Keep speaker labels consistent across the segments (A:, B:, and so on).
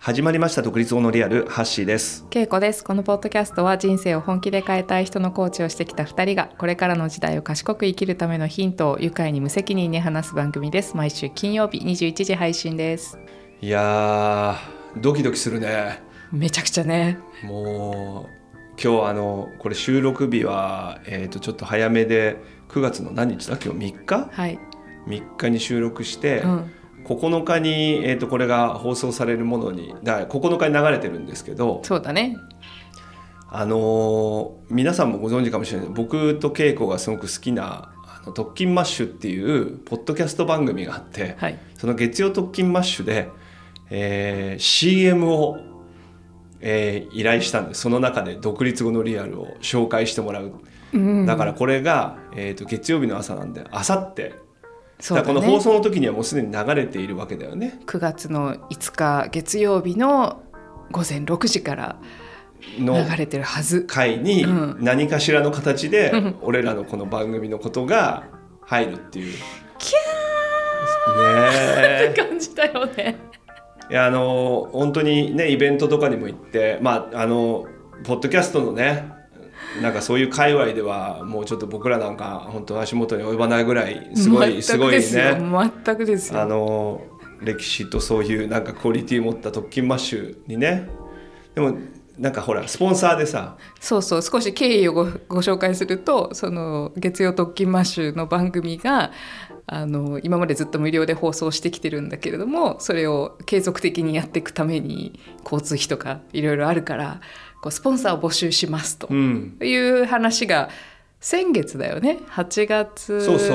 A: 始まりました独立後のリアルハッシーです
B: けいこですこのポッドキャストは人生を本気で変えたい人のコーチをしてきた2人がこれからの時代を賢く生きるためのヒントを愉快に無責任に話す番組です毎週金曜日21時配信です
A: いやードキドキするね
B: めちゃくちゃね
A: もう今日あのこれ収録日は、えー、とちょっと早めで9月の何日だ今日3日
B: はい、
A: 3日に収録して、
B: うん、
A: 9日に、えー、とこれが放送されるものにだ9日に流れてるんですけど
B: そうだね
A: あのー皆さんもご存知かもしれない僕と恵子がすごく好きな「あの特勤マッシュ」っていうポッドキャスト番組があって
B: はい
A: その月曜特勤マッシュで、えー CM を、えー依頼したんでその中で独立後のリアルを紹介してもらう、
B: うん
A: だからこれが、えー、と月曜日の朝なんであさって
B: そ
A: だ
B: う
A: から
B: だ、
A: こ
B: ね、
A: の放送の時にはもうすでに流れているわけだよね。
B: 9月の5日月曜日の午前6時から
A: の
B: 流れてるはず
A: 回に
B: うん
A: 何かしらの形で
B: うん
A: 俺らのこの番組のことが入るっていう。
B: キ
A: ねえ
B: 感じだよね
A: いやあの本当にねイベントとかにも行ってまああのポッドキャストのねなんかそういう界隈ではもうちょっと僕らなんか本当足元に及ばないぐらいすごいす
B: 全
A: ご
B: く
A: い
B: ですよ
A: ね
B: 全くですよ
A: あの歴史とそういうなんかクオリティ持った特勤マッシュにねでもなんかほらスポンサーでさ
B: そうそう少し経緯をごご紹介するとその月曜特勤マッシュの番組があの今までずっと無料で放送してきてるんだけれどもそれを継続的にやっていくために交通費とかいろいろあるからこうスポンサーを募集しますと
A: うん
B: いう話が先月だよね8月に
A: そうそ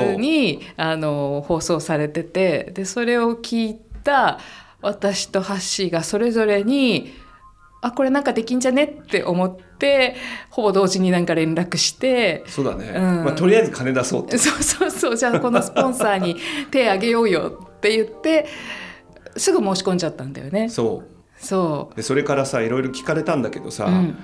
A: う
B: あの放送されててでそれを聞いた私とハッシーがそれぞれに「あこれなんかできんじゃね?」って思ってほぼ同時になんか連絡して。
A: そうだね、
B: うん
A: まあ、とりあえず金出そうって
B: そうそうそうじゃあこのスポンサー に手あげようよって言ってすぐ申し込んじゃったんだよね
A: そ
B: そう
A: でそれからさいろいろ聞かれたんだけどさ、
B: う、うん、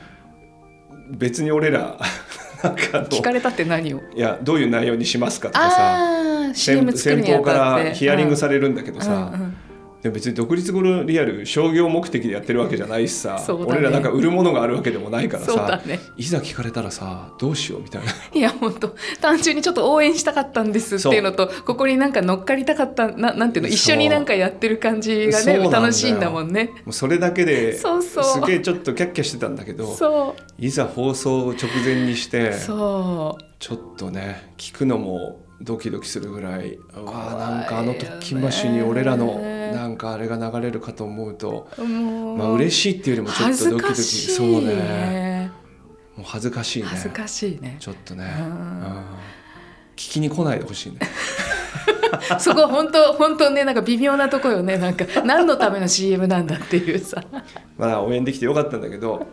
A: 別に俺ら なんかあの
B: 聞かれたって何を
A: いやどういう内容にしますかとかさ
B: ああー
A: 先
B: CM 作る
A: 先
B: にあ
A: 方か
B: たって
A: らヒアリングされるんだけ
B: う
A: ど
B: ん
A: さ、
B: うんうん
A: でも別に独立後のリアル商業目的でやってるわけじゃないしさ、
B: そうだね
A: 俺らなんか売るものがあるわけでもないから
B: そうだ
A: さ、
B: ね
A: いざ聞かれたらさどうしようみたいな
B: いや本当単純にちょっと応援したかったんですっていうのとここになんか乗っかりたかったななんていうの
A: そう
B: 一緒になんかやってる感じが
A: そうなん
B: ね
A: だよ
B: 楽しいんだもんね
A: もうそれだけで
B: そうそう
A: すげえちょっとキャッキャしてたんだけど
B: そ
A: いざ放送直前にして
B: うそう
A: ちょっとね聞くのもドキドキするぐらいわあなんかあの
B: 怖いよね
A: 特訓マッシュに俺らのなんかあれが流れるかと思うと、
B: もう、
A: まあ嬉しいっていうよりもちょっ
B: 恥
A: と
B: ず
A: ドキド
B: か
A: キ
B: し
A: そう
B: い
A: ね
B: ね
A: もう恥ずかしいね
B: 恥ずかしいね
A: ちょっとね、
B: うん
A: うん聞きに来ないでほしいね
B: そこ本当本当ねなんか微妙なとこよねなんか何のための CM なんだっていうさ
A: まだ応援できてよかったんだけど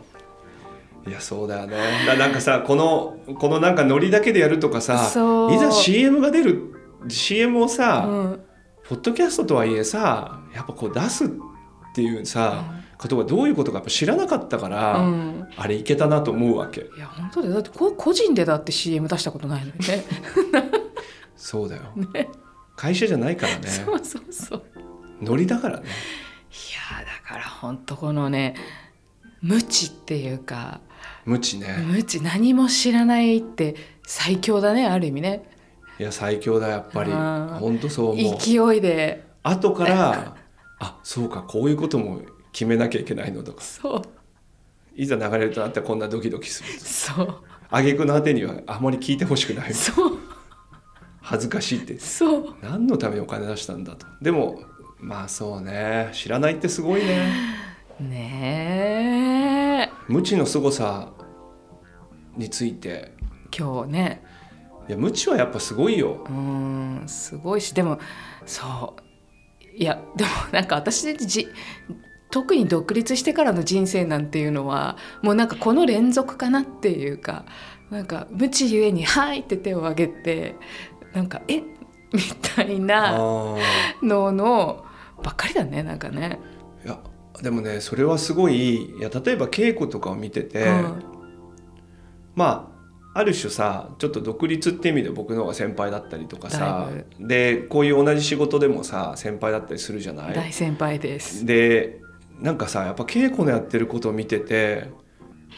A: いやそうだよねだなんかさこのこのなんかノリだけでやるとかさ
B: そう
A: いざ CM が出る CM をさ、
B: うん
A: ポッドキャストとはいえさやっぱこう出すっていうさ、ことがどういうことかやっぱ知らなかったから、
B: うん
A: あれいけたなと思うわけ
B: いや本当だよだってこ個人でだって CM 出したことないのにね
A: そうだよ、会社じゃないからね
B: そうそうそう
A: ノリだからね
B: いやーだから本当このね無知っていうか
A: 無知ね、
B: 無知何も知らないって最強だねある意味ね
A: いや最強だやっぱり
B: あー
A: 本当そう思う
B: 勢いで
A: 後からあそうかこういうことも決めなきゃいけないのとか
B: そう
A: いざ流れるとなったらこんなドキドキする
B: そう
A: 挙句の果てにはあまり聞いてほしくない
B: そう
A: 恥ずかしいって
B: そう
A: 何のためにお金出したんだとでもまあそうね知らないってすごいね
B: ねえ
A: 無知の凄さについて
B: 今日ね
A: いや無知はやっぱすごいよ
B: うーんすごいしでもそういやでもなんか私じ特に独立してからの人生なんていうのはもうなんかこの連続かなっていうかなんか無知ゆえに「はい」って手を挙げてなんか「えみたい
A: あ
B: な
A: ー
B: ののばっかりだねなんかね。
A: いやでもねそれはすごいいや例えば稽古とかを見てて、
B: うん
A: まあある種さちょっと独立って意味で僕の方が先輩だったりとかさ
B: だい
A: でこういう同じ仕事でもさ先輩だったりするじゃない
B: 大先輩です。
A: でなんかさやっぱ稽古のやってることを見てて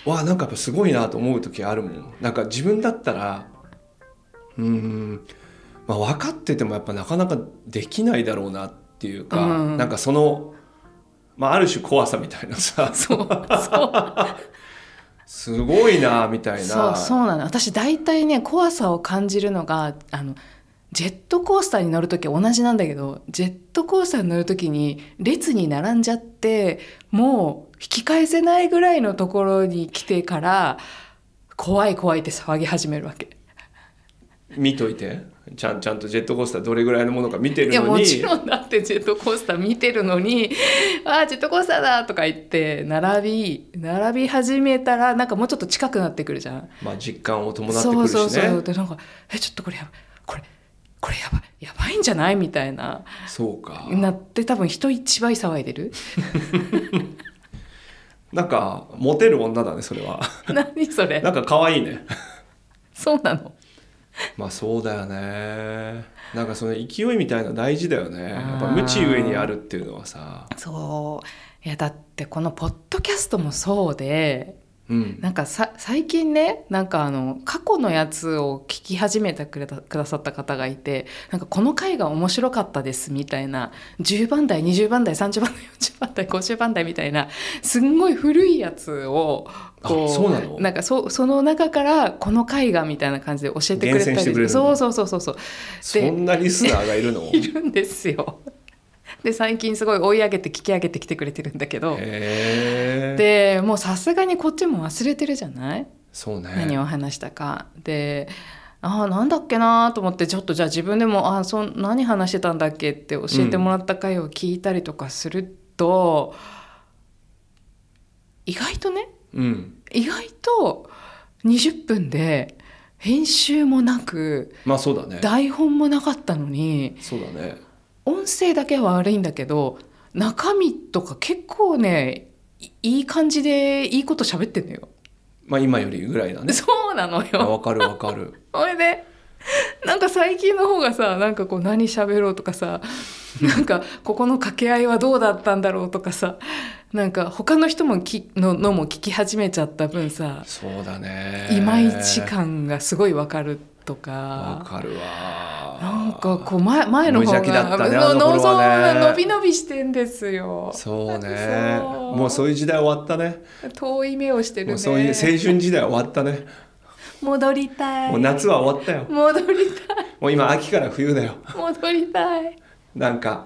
A: わあなんかやっぱすごいなと思う時あるもんなんか自分だったらうーん、まあ、分かっててもやっぱなかなかできないだろうなっていうか、
B: うん
A: なんかその、まあ、ある種怖さみたい なさ
B: そうそう
A: すごいなみたい
B: そ
A: な
B: うそうなの私大体ね怖さを感じるのがあのジェットコースターに乗る時は同じなんだけどジェットコースターに乗る時に列に並んじゃってもう引き返せないぐらいのところに来てから怖い怖いって騒ぎ始めるわけ。
A: 見といてちゃんちゃんとジェットコースターどれぐらいのものか見てる
B: いや
A: の
B: も
A: に
B: ちろんだってジェットコースター見てるのに「あージェットコースターだ!」とか言って並び並び始めたらなんかもうちょっと近くなってくるじゃん。
A: まあ、実感を伴ってくるしね
B: そうそうそうでなんか「えちょっとこれやばいこれこれやばいやばいんじゃない?」みたいな
A: そうか
B: なって多分人一倍騒いで る
A: なんかモテる女だねそれは
B: 何それ
A: なんか可愛いね
B: そうなの
A: まあそうだよねなんかその勢いみたいなの大事だよねやっぱ
B: あー
A: 無知上にあるっていうのはさ
B: そういやだってこのポッドキャストもそうで
A: うん
B: なんかさ最近ねなんかあの過去のやつを聞き始めてくれたくださった方がいてなんかこの回が面白かったですみたいな10番台20番台30番台40番台50番台みたいなすんごい古いやつをこ
A: あそうなの
B: なんかそその中からこの回がみたいな感じで教えてくれた
A: 厳選してくれるん
B: り
A: だ
B: そうそうそうそうそう
A: そんなリスナーがいるの
B: いるんですよ。で最近すごい追い上げて聞き上げてきてくれてるんだけど
A: へえ
B: でもうさすがにこっちも忘れてるじゃない
A: そうね
B: 何を話したか。であーなんだっけなーと思ってちょっとじゃあ自分でもあーそん何話してたんだっけって教えてもらった回を聞いたりとかすると、意外とね
A: うん
B: 意外と20分で編集もなく
A: まあそうだね
B: 台本もなかったのに
A: そうだね
B: 音声だけは悪いんだけど中身とか結構ねいいい感じでいいこと喋ってんのよ。
A: まあ今よりぐらいだね
B: そうなのよ。
A: あわかるわかる
B: それでなんか最近の方がさなんかこう何喋ろうとかさなんかここの掛け合いはどうだったんだろうとかさなんか他の人もきののも聞き始めちゃった分さ
A: そうだね
B: いまいち
A: か
B: 感がすごいわかると
A: わ
B: か。
A: かるわ
B: なんかこう前前の方
A: 無
B: が
A: 邪気だったね
B: もう
A: あの頃はね
B: そう伸び伸びしてんですよ
A: そうね
B: そう
A: もうそういう時代終わったね
B: 遠い目をしてる
A: も
B: ね
A: うそういう青春時代終わったね
B: 戻りたい
A: もう夏は終わったよ
B: 戻りたい
A: もう今秋から冬だよ
B: 戻りたい
A: なんか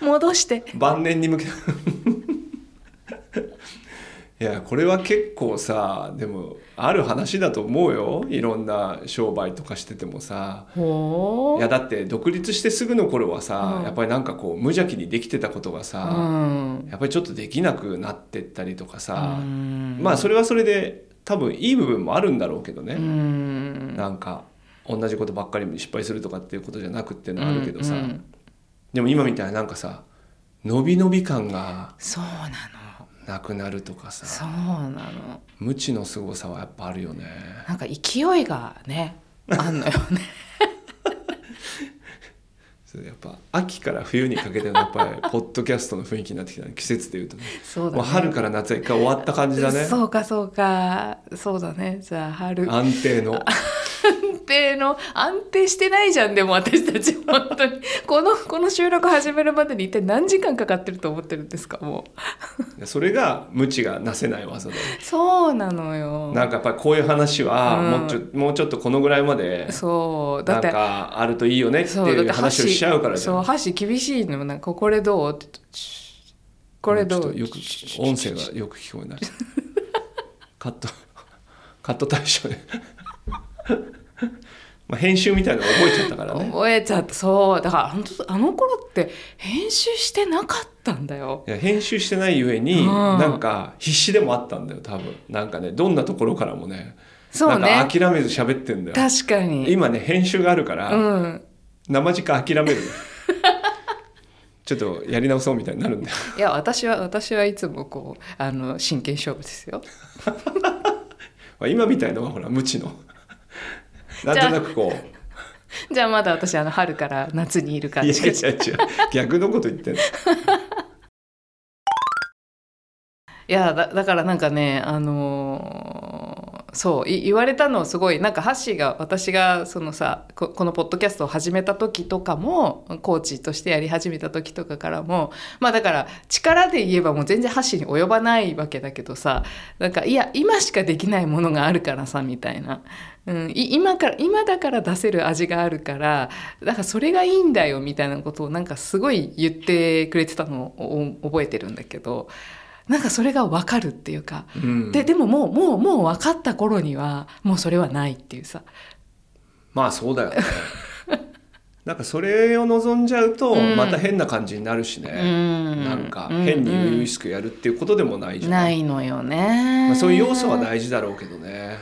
B: 戻して
A: 晩年に向け いやこれは結構さでもある話だと思うよいろんな商売とかしててもさ
B: ほ
A: い
B: ー
A: やだって独立してすぐの頃はさ、
B: うん
A: やっぱりなんかこう無邪気にできてたことがさ、
B: ん、
A: やっぱりちょっとできなくなってったりとかさ、ま
B: ま
A: あそれはそれで多分いい部分もあるんだろうけどね、
B: うん
A: なんか同じことばっかりに失敗するとかっていうことじゃなくっていうのはあるけどさ、
B: うんうん
A: でも今みたいななんかさ伸び伸び感が
B: そうなの
A: なくなるとかさ
B: そうなの
A: 無知の凄さはやっぱあるよね
B: なんか勢いがねあんのよ ね
A: それやっぱ秋から冬にかけてのやっぱ りポッドキャストの雰囲気になってきたね季節でいうとね
B: そうだね
A: もう春から夏は一回終わった感じだね
B: そうかそうかそうだねじゃあ春安
A: 安定 の
B: 定の安定してないじゃんでも私 たち本当にこのこの収録始めるまでに一体何時間かかってると思ってるんですかも
A: それが無知がなせない技だよ
B: うそうなのよ
A: なんかやっぱりこういう話は
B: うん
A: もうちょ,、もうちょっとこのぐらいまで
B: そうだ
A: なん
B: って
A: かあるといいよねって
B: そうだっ
A: いう
B: て
A: 話をしちゃうからじゃん
B: そう箸厳しいのなんかこれどうってシュッこれど
A: ちょっ
B: う
A: とよく
B: シュッシュッ
A: 音声がよく聞こえないカット カット対象で まあ編集みたいなの覚えちゃったからね
B: 覚えちゃったそうだから本当あの頃って編集してなかったんだよ
A: いや編集してないゆえに、
B: うん
A: なんか必死でもあったんだよ多分なんかねどんなところからもね
B: そう
A: な
B: ね
A: んか諦めず喋ってんだよ
B: 確かに
A: 今ね編集があるから、
B: うん
A: 生時間諦めるの ちょっとやり直そうみたいになるんだよ
B: いや私は私はいつもこうあの真剣勝負ですよ
A: まあ今みたいのはほら無知 のなんとなくこう
B: じゃあまだ私あの春から夏にいる感
A: い
B: じ
A: やいや違う逆のこと言ってんの
B: いやだだからなんかねあのーそうい言われたのすごいなんかハッシーが私がそのさここのポッドキャストを始めた時とかもコーチとしてやり始めた時とかからもまあだから力で言えばもう全然ハッシーに及ばないわけだけどさなんかいや今しかできないものがあるからさみたいな。うん、い今から今だから出せる味があるからだからそれがいいんだよみたいなことをなんかすごい言ってくれてたのをお覚えてるんだけどなんかそれが分かるっていうか、
A: うん
B: ででももうもうもう分かった頃にはもうそれはないっていうさ
A: まあそうだ よねなんかそれを望んじゃうと
B: うん
A: また変な感じになるしね、
B: うん
A: なんか
B: うん
A: 変に初々しくやるっていうことでもないじゃん、
B: ないのよね、
A: まあ、そういう要素は大事だろうけどね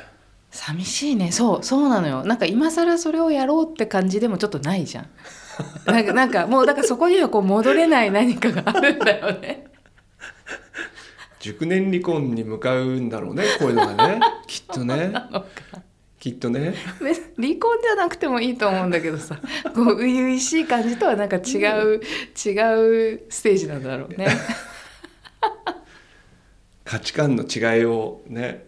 B: 寂しいねそうそうなのよなんか今更それをやろうって感じでもちょっとないじゃん なんかなんかもうだからそこにはこう戻れない何かがあるんだよね
A: 熟年離婚に向かうんだろうねこういうのがねきっとねきっとね
B: ね離婚じゃなくてもいいと思うんだけどさこう初々しい感じとはなんか違う、違うステージなんだろう ね
A: 価値観の違いをね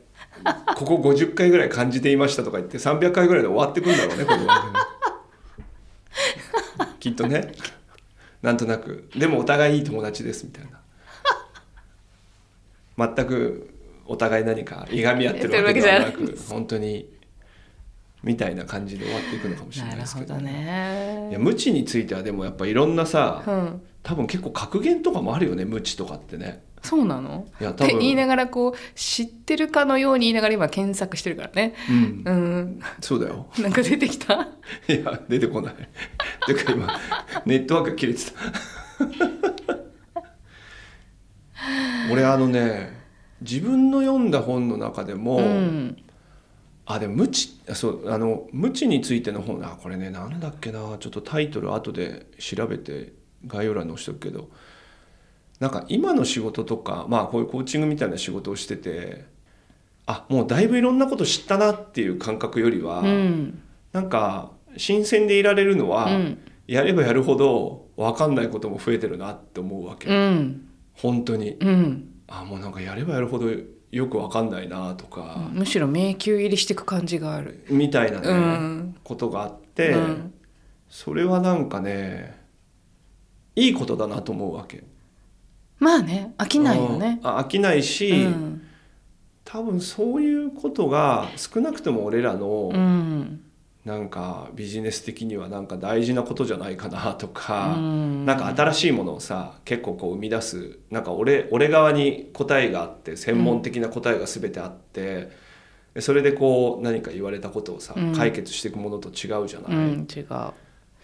A: ここ50回ぐらい感じていましたとか言って300回ぐらいで終わってくんだろうねこの番組きっとねなんとなくでもお互いいい友達ですみたいな全くお互い何かいがみ合ってるわけではな
B: やってるわけじゃない
A: く本当にみたいな感じで終わっていくのかもしれな
B: ないる
A: です
B: ほ
A: けど
B: ど
A: いや
B: ね
A: 無知についてはでもやっぱいろんなさ、
B: うん
A: 多分結構格言とかもあるよね無知とかってね
B: そうなの
A: いや
B: っ
A: 多
B: て
A: 分
B: 言いながらこう知ってるかのように言いながら今検索してるからね
A: うん
B: うん
A: そうだよ
B: なんか出てきた
A: いや出てこないてか今ネットワークが切れてた俺あのね自分の読んだ本の中でも、
B: うん
A: あでも無知あそうあの無知についての本あこれねなんだっけなちょっとタイトル後で調べて概要欄に押しとくけどなんか今の仕事とかまあこういうコーチングみたいな仕事をしててあもうだいぶいろんなこと知ったなっていう感覚よりは、
B: うん
A: なんか新鮮でいられるのは、
B: うん
A: やればやるほど分かんないことも増えてるなって思うわけ、
B: うん
A: 本当に
B: うん
A: あもうなんかやればやるほどよく分かんないなとか、
B: むしろ迷宮入りしてく感じがある
A: みたいなね、
B: うん
A: ことがあって、
B: うん
A: それはなんかねいいことだなと思うわけ。
B: まあね飽きないよね
A: うんあ飽きないうし、
B: ん
A: 多分そういうことが少なくとも俺らの
B: うん
A: なんかビジネス的にはなんか大事なことじゃないかなとか。な
B: な
A: んか新しいものをさ結構こう生み出すなんか俺俺側に答えがあって専門的な答えが全てあって、でそれでこう何か言われたことをさ、
B: うん
A: 解決していくものと違うじゃない、っ
B: うん、違う。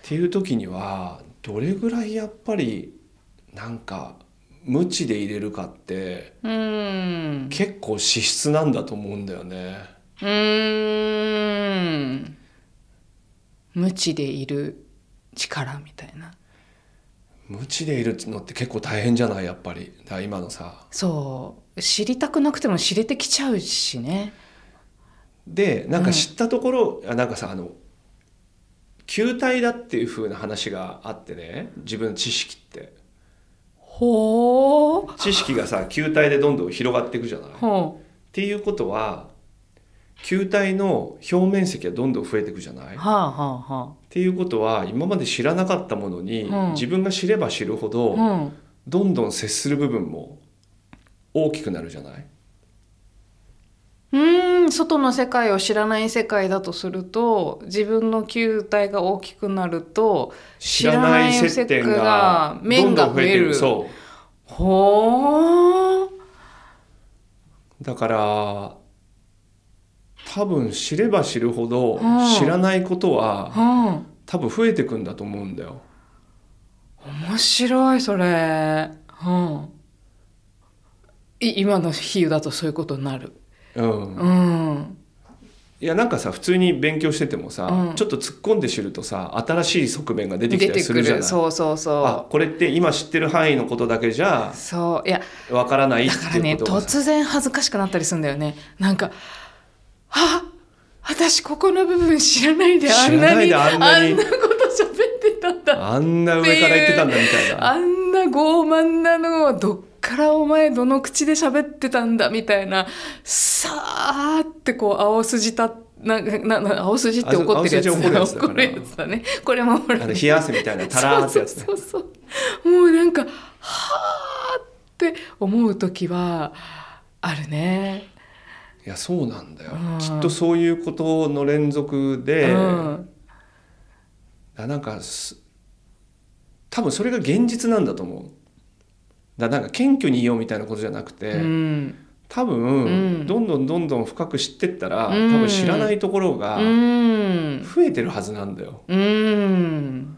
A: ていう時にはどれぐらいやっぱりなんか無知で入れるかって
B: うん。
A: 結構資質なんだと思うんだよね。
B: うーん。無知でいる力みたいな。
A: 無知でいるのって結構大変じゃないやっぱりだから今のさ。
B: そう。知りたくなくても知れてきちゃうしね。
A: でなんか知ったところ、あなんかさあの球体だっていう風な話があってね自分の知識って
B: ほう。
A: 知識が さ球体でどんどん広がっていくじゃない。っ
B: ほ
A: ていうことは球体の表面積がどんどん増えていくじゃな
B: う。
A: い。っ
B: はあはあは
A: ていうことは今まで知らなかったものに、
B: うん
A: 自分が知れば知るほ
B: あ。
A: ど、
B: うん。
A: どんどん接する部分も大きくなるじゃない。
B: うーん外の世界を知らない世界だとすると自分の球体が大きくなると
A: 知らない
B: 知らない
A: 接点
B: 接
A: が
B: が
A: どん
B: 面
A: ど
B: が
A: ん増
B: 増
A: え
B: え
A: て
B: る
A: る。そう
B: ほう
A: だから多分知れば知るほど
B: うん
A: 知らないこと
B: う
A: は
B: ん
A: 多分増えてくんだと思うんだよ。
B: 面白いそれうんい今の比喩だとそういうことになる
A: うん、
B: うん
A: いやなんかさ普通に勉強しててもさ、
B: うん
A: ちょっと突っ込んで知るとさ新しい側面が出てき
B: 出
A: た
B: て
A: りす
B: く
A: るじゃ
B: る
A: ない。
B: そうそう
A: あ
B: そ
A: これって今知ってる範囲のことだけじゃ
B: うそういや
A: わからないっ
B: だか
A: て
B: ら
A: い
B: ね
A: うことがさ
B: 突然恥ずかしくなったりするんだよねなんか「あ私ここの部分知らないであんな
A: 知
B: に
A: らないであ
B: あ
A: ん
B: ん
A: な
B: な
A: に
B: こと喋ってたんだ」
A: あんな上から言ってたんだみたいな。
B: あんな傲慢なのをどっからお前どの口で喋ってたんだみたいなさあってこう青筋立っななな青筋って怒ってるやつ
A: 青筋怒るやつだから
B: 怒るやつだねこれもほら
A: あの冷や汗みたいなタラーってやつね
B: そうそうそうそうもうなんかはあって思う時はあるね
A: いやそうなんだよ
B: うん
A: きっとそういうことの連続で、
B: うん
A: あなんかす多分それが現実なんだと思うだなんか謙虚にいようみたいなことじゃなくて、
B: うん
A: 多分、
B: うん
A: どんどんどんどん深く知ってったら、
B: うん
A: 多分知らないところ
B: う
A: が
B: ん
A: 増えてるはずなんだよ、
B: うん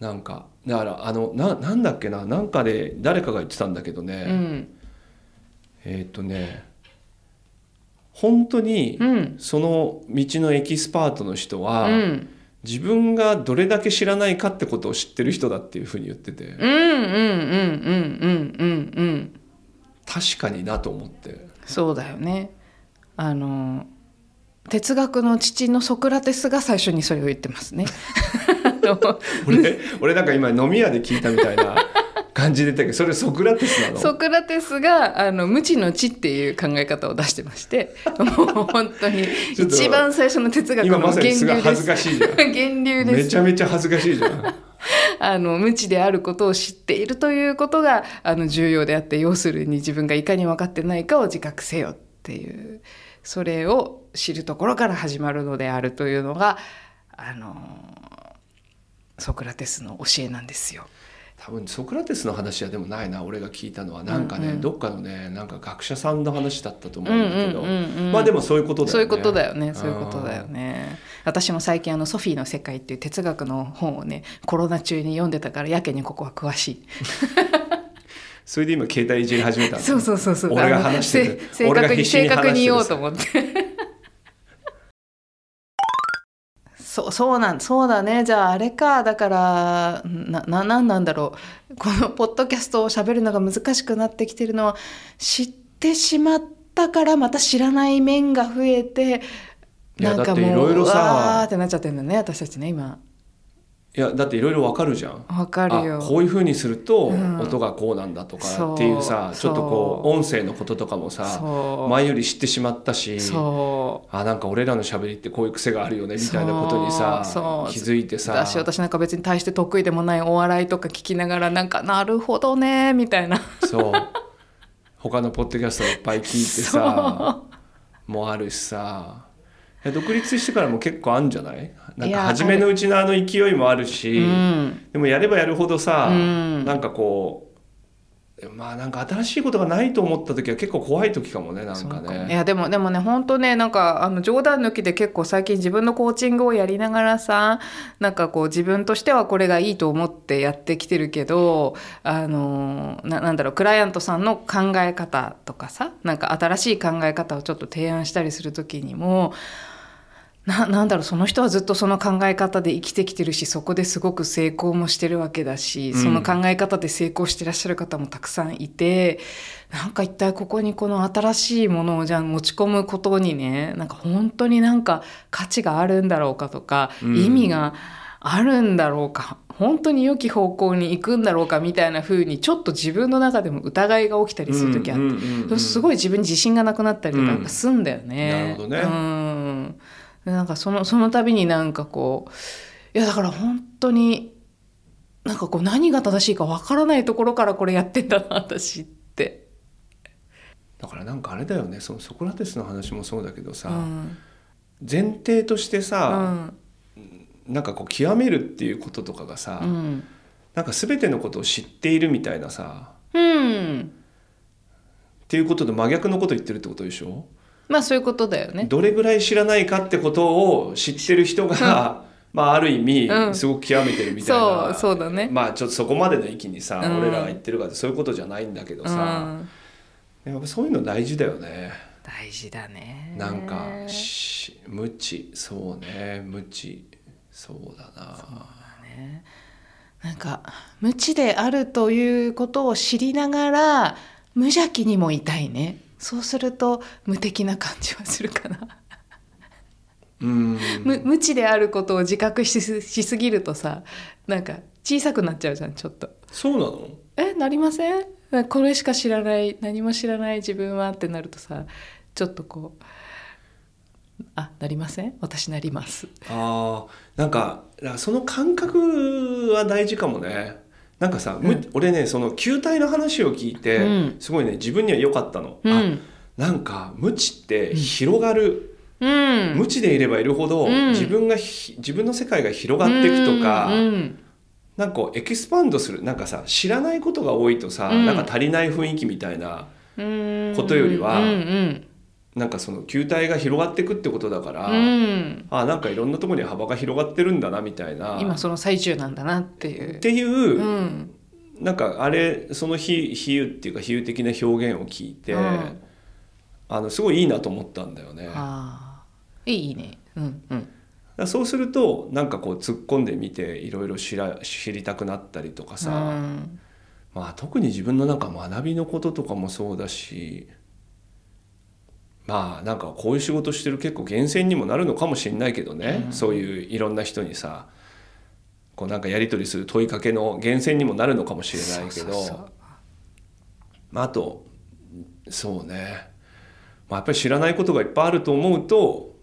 A: なんかだからあのななんだっけななんかで誰かが言ってたんだけどね、
B: うん
A: えーっ、とね本当に
B: うん
A: その道のエキスパートの人は、
B: うん
A: 自分がどれだけ知らないかってことを知ってる人だっていうふうに言ってて、
B: うんうんうんうんうんうん
A: 確かになと思って
B: そうだよねあの哲学の父のソクラテスが最初にそれを言ってますね。あの
A: 俺俺なんか今飲み屋で聞いたみたいな感じで言ったけどそれソクラテスなの
B: ソクラテスがあの無知の知っていう考え方を出してましてもう本当に
A: ちょっと
B: 一番最初の哲学の
A: 今まさ
B: 源
A: にす
B: 流
A: ごい
B: で
A: 恥ず
B: す。
A: かしいじゃん
B: 源流で
A: め
B: す
A: ちゃめちゃ恥ずかしいじゃん
B: あの無知であることを知っているということがあの重要であって要するに自分がいかに分かってないかを自覚せよっていうそれを知るところから始まるのであるというのがあのソクラテスの教えなんですよ。
A: 多分ソクラテスの話はでもないな俺が聞いたのはなんかね、
B: うんうん
A: どっかのねなんか学者さんの話だったと思
B: う
A: うん
B: うん
A: んだけど、
B: うんうん
A: まあでもそういうことだよね
B: そういうことだよねそういうことだよね私も最近あの「ソフィーの世界」っていう哲学の本をねコロナ中に読んでたからやけにここは詳しい
A: うんそれで今携帯いじり始めたの
B: そうそうそうそう。
A: 俺が
B: あの
A: 話してる
B: せ正
A: 俺が
B: 確に
A: 必死に
B: 正確に言おうと
A: 話
B: 思って。 そうそうなんそうだねじゃああれかだからなななんなんだろうこのポッドキャストを喋るのが難しくなってきてるのは知ってしまったからまた知らない面が増えて
A: いや
B: なんかもう
A: だっていろいろさ
B: わーってなっちゃってるんだね私たちね今
A: いやだっていろいろわかるじゃん
B: わかるよ
A: あこういうふうにすると
B: うん
A: 音がこうなんだと
B: そ
A: か
B: う
A: っていうさ、ちょっとこう
B: そう
A: 音声のこととかもさ
B: そう、
A: 前より知ってしまったし
B: そう
A: あなんか俺らの喋りってこういう癖があるよねみたいなことにさ
B: そうそう
A: 気づいてさ
B: だし私なんか別に大して得意でもないお笑いとか聞きながらなんかなるほどねみたいな
A: そう他のポッドキャストいっぱい聞いてさもあるしさいや独立してからも結構あるんじゃないなん
B: い
A: か
B: や
A: 初めのうちのあの勢いもあるし、
B: うん
A: でもやればやるほどさ、
B: うん
A: なんかこうまあなんか新しいことがないと思った時は結構怖い時かもねなん
B: そう
A: か
B: かもい
A: ね。
B: やでもでもね本当ねなんかあの冗談抜きで結構最近自分のコーチングをやりながらさなんかこう自分としてはこれがいいと思ってやってきてるけどあのななんだろうクライアントさんの考え方とかさなんか新しい考え方をちょっと提案したりする時にもななんだろうその人はずっとその考え方で生きてきてるしそこですごく成功もしてるわけだし、
A: うん
B: その考え方で成功してらっしゃる方もたくさんいてなんか一体ここにこの新しいものをじゃあ持ち込むことにねなんか本当になんか価値があるんだろうかとか、
A: うん
B: 意味があるんだろうか本当に良き方向に行くんだろうかみたいな風にちょっと自分の中でも疑いが起きたりする時あって、
A: うんうんうんうん
B: すごい自分に自信がなくなったりと
A: うん
B: かやっぱすんだよね。
A: なるほどね
B: うん。でなんかそのその度になんかこういやだから本当になんかこう何が正しいかわからないところからこれやってんだな私って。
A: だからなんかあれだよねそのソクラテスの話もそうだけどさ、
B: うん。
A: 前提として
B: う
A: さ、
B: ん。
A: なんかこう極めるっていうこととかがさ、
B: うん。
A: なんか全てのことを知っているみたいなさ
B: うん。
A: っていうことと真逆のこと言ってるってことでしょ
B: まあそういうことだよね。
A: どれぐらい知らないかってことを知ってる人が、 まあある意
B: う
A: 味
B: ん
A: すごく極めてるみたいな、
B: そうそうだね。
A: まあちょっとそこまでの域にさ、
B: うん
A: 俺らが言ってるからってそういうことじゃないんだけど
B: う
A: さ、
B: ん、
A: やっぱそういうの大事だよね
B: 大事だね。
A: なんかし無知そうね無知そうだな
B: なんか無知であるということを知りながら無邪気にもいたいねそうすると無敵な感じはするかな、
A: うん
B: 無無知であることを自覚しすしすぎるとさなんか小さくなっちゃうじゃんちょっと
A: そうなの
B: えなりませんこれしか知らない何も知らない自分はってなるとさちょっとこうあなりません私なります
A: あーなんかだからその感覚は大事かもねなんかさ、む
B: うん
A: 俺ねその球体の話を聞いて、
B: うん
A: すごいね自分には良かったの、
B: う
A: あ
B: ん
A: なんか無知って広がる、
B: うん
A: 無知でいればいるほど、
B: うん
A: 自分がひ自分の世界が広がっていくとか、
B: うんうん
A: なんかこうエキスパンドするなんかさ知らないことが多いとさ、
B: うん
A: なんか足りない雰囲気みたいな
B: うん
A: ことよりは
B: うんうん
A: なんかその球体が広がっていくってことだから、
B: うん
A: あなんかいろんなところに幅が広がってるんだなみたいな。
B: 今その最中なんだなっていう
A: っ。ていう、
B: うん
A: なんかあれその比比喩っていうか比喩的な表現を聞いて、
B: うん
A: あのすごいいいなと思ったんだよね。だか
B: あーいいね。うんうん
A: らそうするとなんかこう突っ込んでみていろいろ知ら知りたくなったりとかさ、
B: うん
A: まあ、特に自分のなんか学びのこととかもそうだしまあなんかこういう仕事してる結構厳選にもなるのかもしれないけどね、そういういろんな人にさこうなんかやり取りする問いかけの厳選にもなるのかもしれないけど。
B: そうそうそう
A: まあ、あとそうね、まあ、やっぱり知らないことがいっぱいあると思うと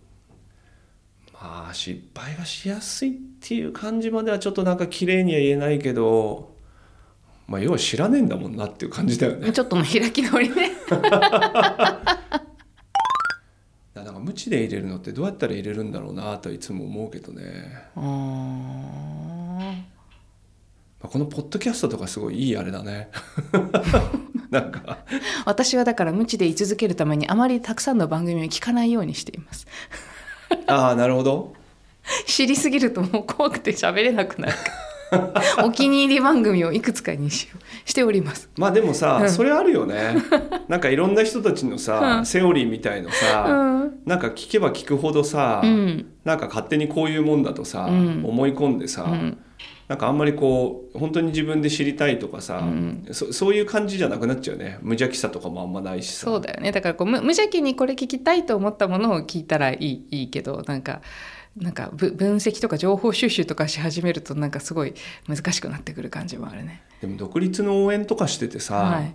A: まあ失敗がしやすいっていう感じまではちょっとなんか綺麗には言えないけど、まあ、要は知らねえんだもんなっていう感じだよね。
B: ちょっとの開き直り ね。
A: なんか無知で入れるのってどうやったら入れるんだろうなとはいつも思うけどね、
B: うん
A: まあ、このポッドキャストとかすごいいいあれだね なんか
B: 私はだから無知で居続けるためにあまりたくさんの番組を聞かないようにしています。
A: ああなるほど
B: 知りすぎるともう怖くて喋れなくなる から。お気に入り番組をいくつかにしようしております。
A: まあでもさ、
B: うん
A: それあるよねなんかいろんな人たちのさ、
B: うん
A: セオリーみたいのさ、
B: うん
A: なんか聞けば聞くほどさ、
B: うん
A: なんか勝手にこういうもんだとさ、
B: うん
A: 思い込んでさ、
B: うん
A: なんかあんまりこう本当に自分で知りたいとかさ、
B: うん
A: そそういう感じじゃなくなっちゃうね無邪気さとかもあんまないしさ
B: そうだよねだからこう無無邪気にこれ聞きたいと思ったものを聞いたらいいいいけどなんかなんかぶ分析とか情報収集とかし始めるとなんかすごい難しくなってくる感じもあるね。
A: でも独立の応援とかしててさ、
B: はい、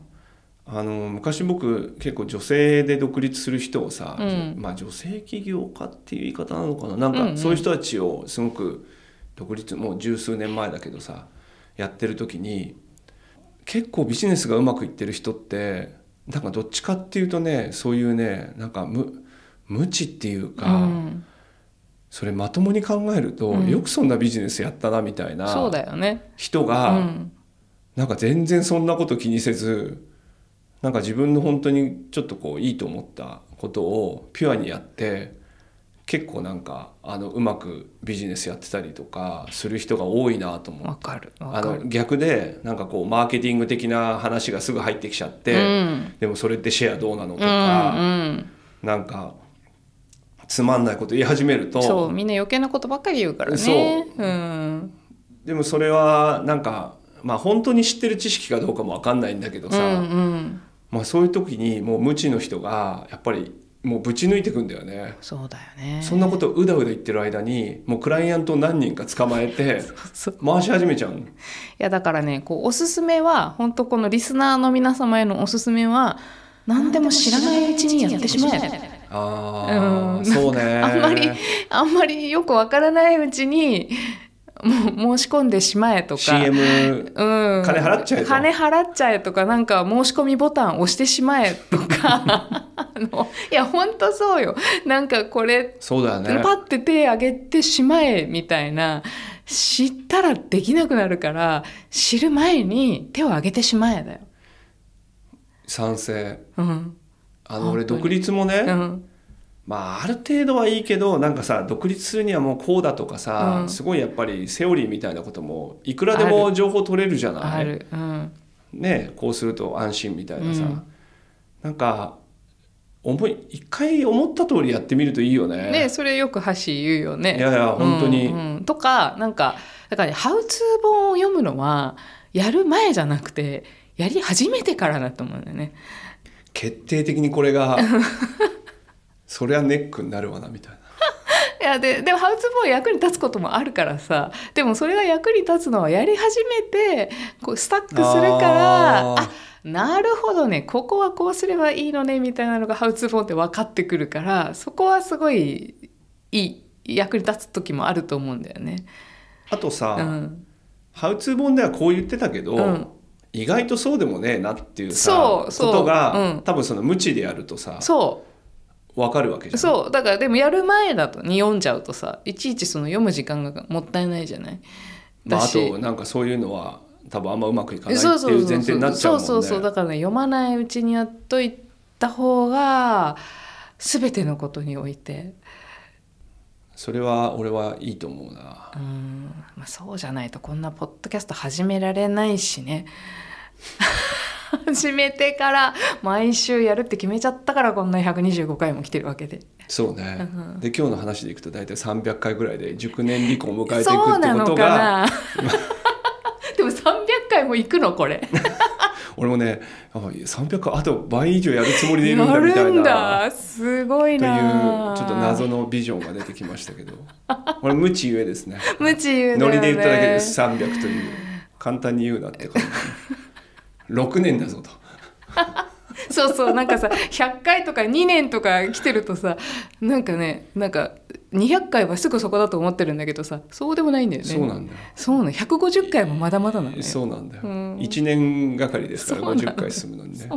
A: あの昔僕結構女性で独立する人をさ、
B: うん
A: まあ、女性起業家っていう言い方なのかななん
B: うんう
A: か
B: ん
A: そういう人たちをすごく独立もう十数年前だけどさやってる時に結構ビジネスがうまくいってる人ってなんかどっちかっていうとねそういうねなんか無無知っていうか、
B: うん、
A: それまともに考えると、
B: うん
A: よくそんなビジネスやったなみたい
B: そう
A: な
B: だよね。
A: 人
B: う
A: が、
B: ん
A: なんか全然そんなこと気にせずなんか自分の本当にちょっとこういいと思ったことをピュアにやって結構なんかあのうまくビジネスやってたりとかする人が多いなと思
B: わ
A: う。
B: かるわ
A: あ
B: か
A: の
B: る。
A: 逆でなんかこうマーケティング的な話がすぐ入ってきちゃって、
B: うん
A: でもそれってシェアどうなのと
B: う
A: か、
B: ん
A: なんかつまんないこと言い始める
B: う
A: と
B: ん、そうみんな余計なことばっかり言うからね。
A: そう
B: うん
A: でもそれはなんか、まあ、本当に知ってる知識かどうかも分かんないんだけどさ、
B: うんうん、
A: まあ、そういう時にもう無知の人がやっぱりもうぶち抜いてくんだよね。
B: そうだよね。
A: そんなことをうだうだ言ってる間にもうクライアントを何人か捕まえて
B: そう
A: 回し始めちゃうの
B: いやだからねこうおすすめは本当このリスナーの皆様へのおすすめは何でも知らないうちにやってしまえ
A: あ
B: う
A: あ
B: ん
A: そうね
B: あんまりあんまりよくわからないうちにもう申し込んでしまえとか、
A: CM
B: うん、
A: 金払っちゃえと
B: 金払っちゃえとかなんか申し込みボタン押してしまえとか あのいや本当そうよなんかこれ
A: そうだよね
B: パッて手挙げてしまえみたいな知ったらできなくなるから知る前に手を挙げてしまえだよ。
A: 賛成
B: うん
A: あの俺
B: 本当に
A: 独立もね、
B: うん
A: まあある程度はいいけどなんかさ独立するにはもうこうだとかさ、
B: うん
A: すごいやっぱりセオリーみたいなこともいくらでも情報取れるじゃない
B: ある、うん、
A: ね、こうすると安心みたいなさ、
B: うん
A: なんか思い一回思った通りやってみるといいよね。
B: ねそれよく箸言うよね。
A: いやいや本当に、
B: うんうんとかなんかだから、ね「ハウツー本」を読むのはやる前じゃなくてやり始めてからだと思うんだよね。
A: 決定的にこれ がそりゃネックになるわなみたいな。
B: いやででもハウツーボーイ役に立つこともあるからさでもそれが役に立つのはやり始めてこうスタックするから
A: あ
B: あ
A: ー
B: なるほどねここはこうすればいいのねみたいなのがハウツー本って分かってくるからそこはすごいいい役に立つ時もあると思うんだよね。
A: あとさ、
B: うん、
A: ハウツー本ではこう言ってたけど、
B: うん
A: 意外とそうでもねえなっていうさ
B: そうそう
A: ことが、
B: うん
A: 多分その無知でやるとさ
B: そ
A: わかるわけじゃ
B: う
A: ん。
B: そうだからでもやる前だとに読んじゃうとさいちいちその読む時間がもったいないじゃない。
A: まあ、あ
B: だし
A: となんかそういうのは多分あんまうまくいかないって
B: そうそう
A: い
B: そうう
A: 前提になっちゃうもんね。
B: そうそうそうだからね読まないうちにやっといた方が全てのことにおいて、
A: それは俺はいいと思うな。
B: うんまあ、そうじゃないとこんなポッドキャスト始められないしね 始めてから毎週やるって決めちゃったからこんな125回も来てるわけで
A: そうね
B: うんう。ん
A: で今日の話でいくと大体300回ぐらいで熟年離婚を迎えていくって
B: そうな
A: こ
B: の
A: と
B: か
A: が
B: なでも300回も行くのこれ
A: 俺もねあ300回あと倍以上やるつもりでいるん
B: や
A: だみたい
B: るん
A: な。
B: だすごい
A: という
B: な
A: ちょっと謎のビジョンが出てきました けど俺無知ゆえですね
B: 無知言うだ
A: ノ
B: よね
A: リで言っただけです300という簡単に言うなって感じ6年だぞと
B: そうそうなんかさ100回とか2年とか来てるとさなんかねなんか200回はすぐそこだと思ってるんだけどさそうでもないんだよね
A: そうなんだよ
B: そうなの150回もまだまだなのよ
A: そうなんだよ
B: うん
A: 1年がかりですから
B: そうなんだ
A: 50回進むのにね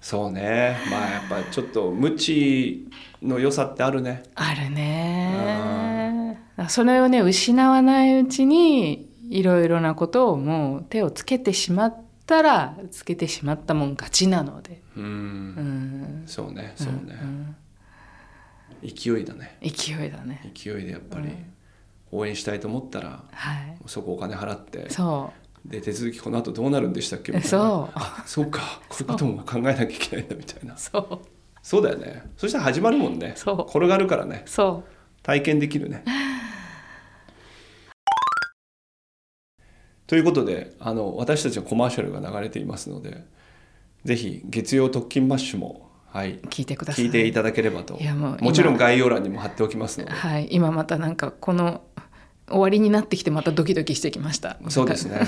A: そうねまあやっぱちょっと無知の良さってあるね
B: あるねそれをね失わないうちにいろいろなことをもう手をつけてしまったらつけてしまったもん勝ちなので
A: う
B: うんん
A: そうねそうね
B: ん
A: 勢いだね
B: うん勢いだね
A: 勢いでやっぱり
B: うん
A: 応援したいと思ったら
B: はい
A: そこお金払って
B: そ
A: で手続きこの後どうなるんでしたっけみ
B: う
A: たいな
B: そう
A: あそうかこういうことも考えなきゃいけないんだみたいな
B: そう
A: そうだよねそしたら始まるもんね
B: そう
A: 転がるからね
B: そう
A: 体験できるね。 ということであの私たちのコマーシャルが流れていますのでぜひ月曜特勤マッシュも、はい、
B: 聞いてください
A: 聞いていただければと
B: いやもう今
A: もちろん概要欄にも貼っておきますので
B: はい、今またなんかこの終わりになってきてまたドキドキしてきました。
A: そうです ね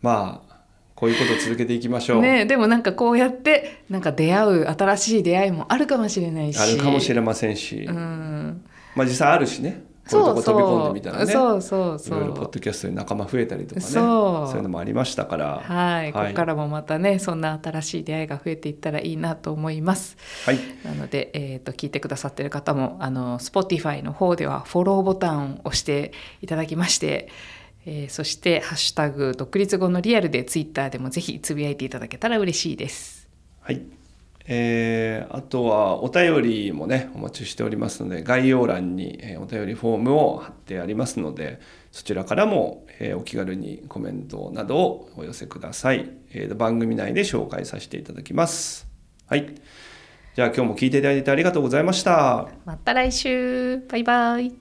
A: まあこういうことを続けていきましょう。
B: ねえでもなんかこうやってなんか出会う新しい出会いもあるかもしれないし。
A: あるかもしれませんし、
B: うん。
A: まあ実際あるしねこういうとこ
B: そう
A: 飛び込
B: そ
A: ん
B: う。
A: でみたらね
B: そうそう
A: い
B: そう。
A: ろいろポッドキャストに仲間増えたりとかね
B: そう
A: いうのもありましたから
B: はい、ここからもまたねそんな新しい出会いが増えていったらいいなと思います。
A: はい、
B: なので、えー、と聞いてくださってる方もあの Spotify の方ではフォローボタンを押していただきまして、えーそして「ハッシュタグ独立後のリアル」で Twitter でもぜひつぶやいていただけたら嬉しいです。
A: はいえーあとはお便りもねお待ちしておりますので概要欄にえーお便りフォームを貼ってありますのでそちらからもえーお気軽にコメントなどをお寄せください、えー番組内で紹介させていただきますはいじゃあ今日も聞いていただいてありがとうございました
B: また来週バイバイ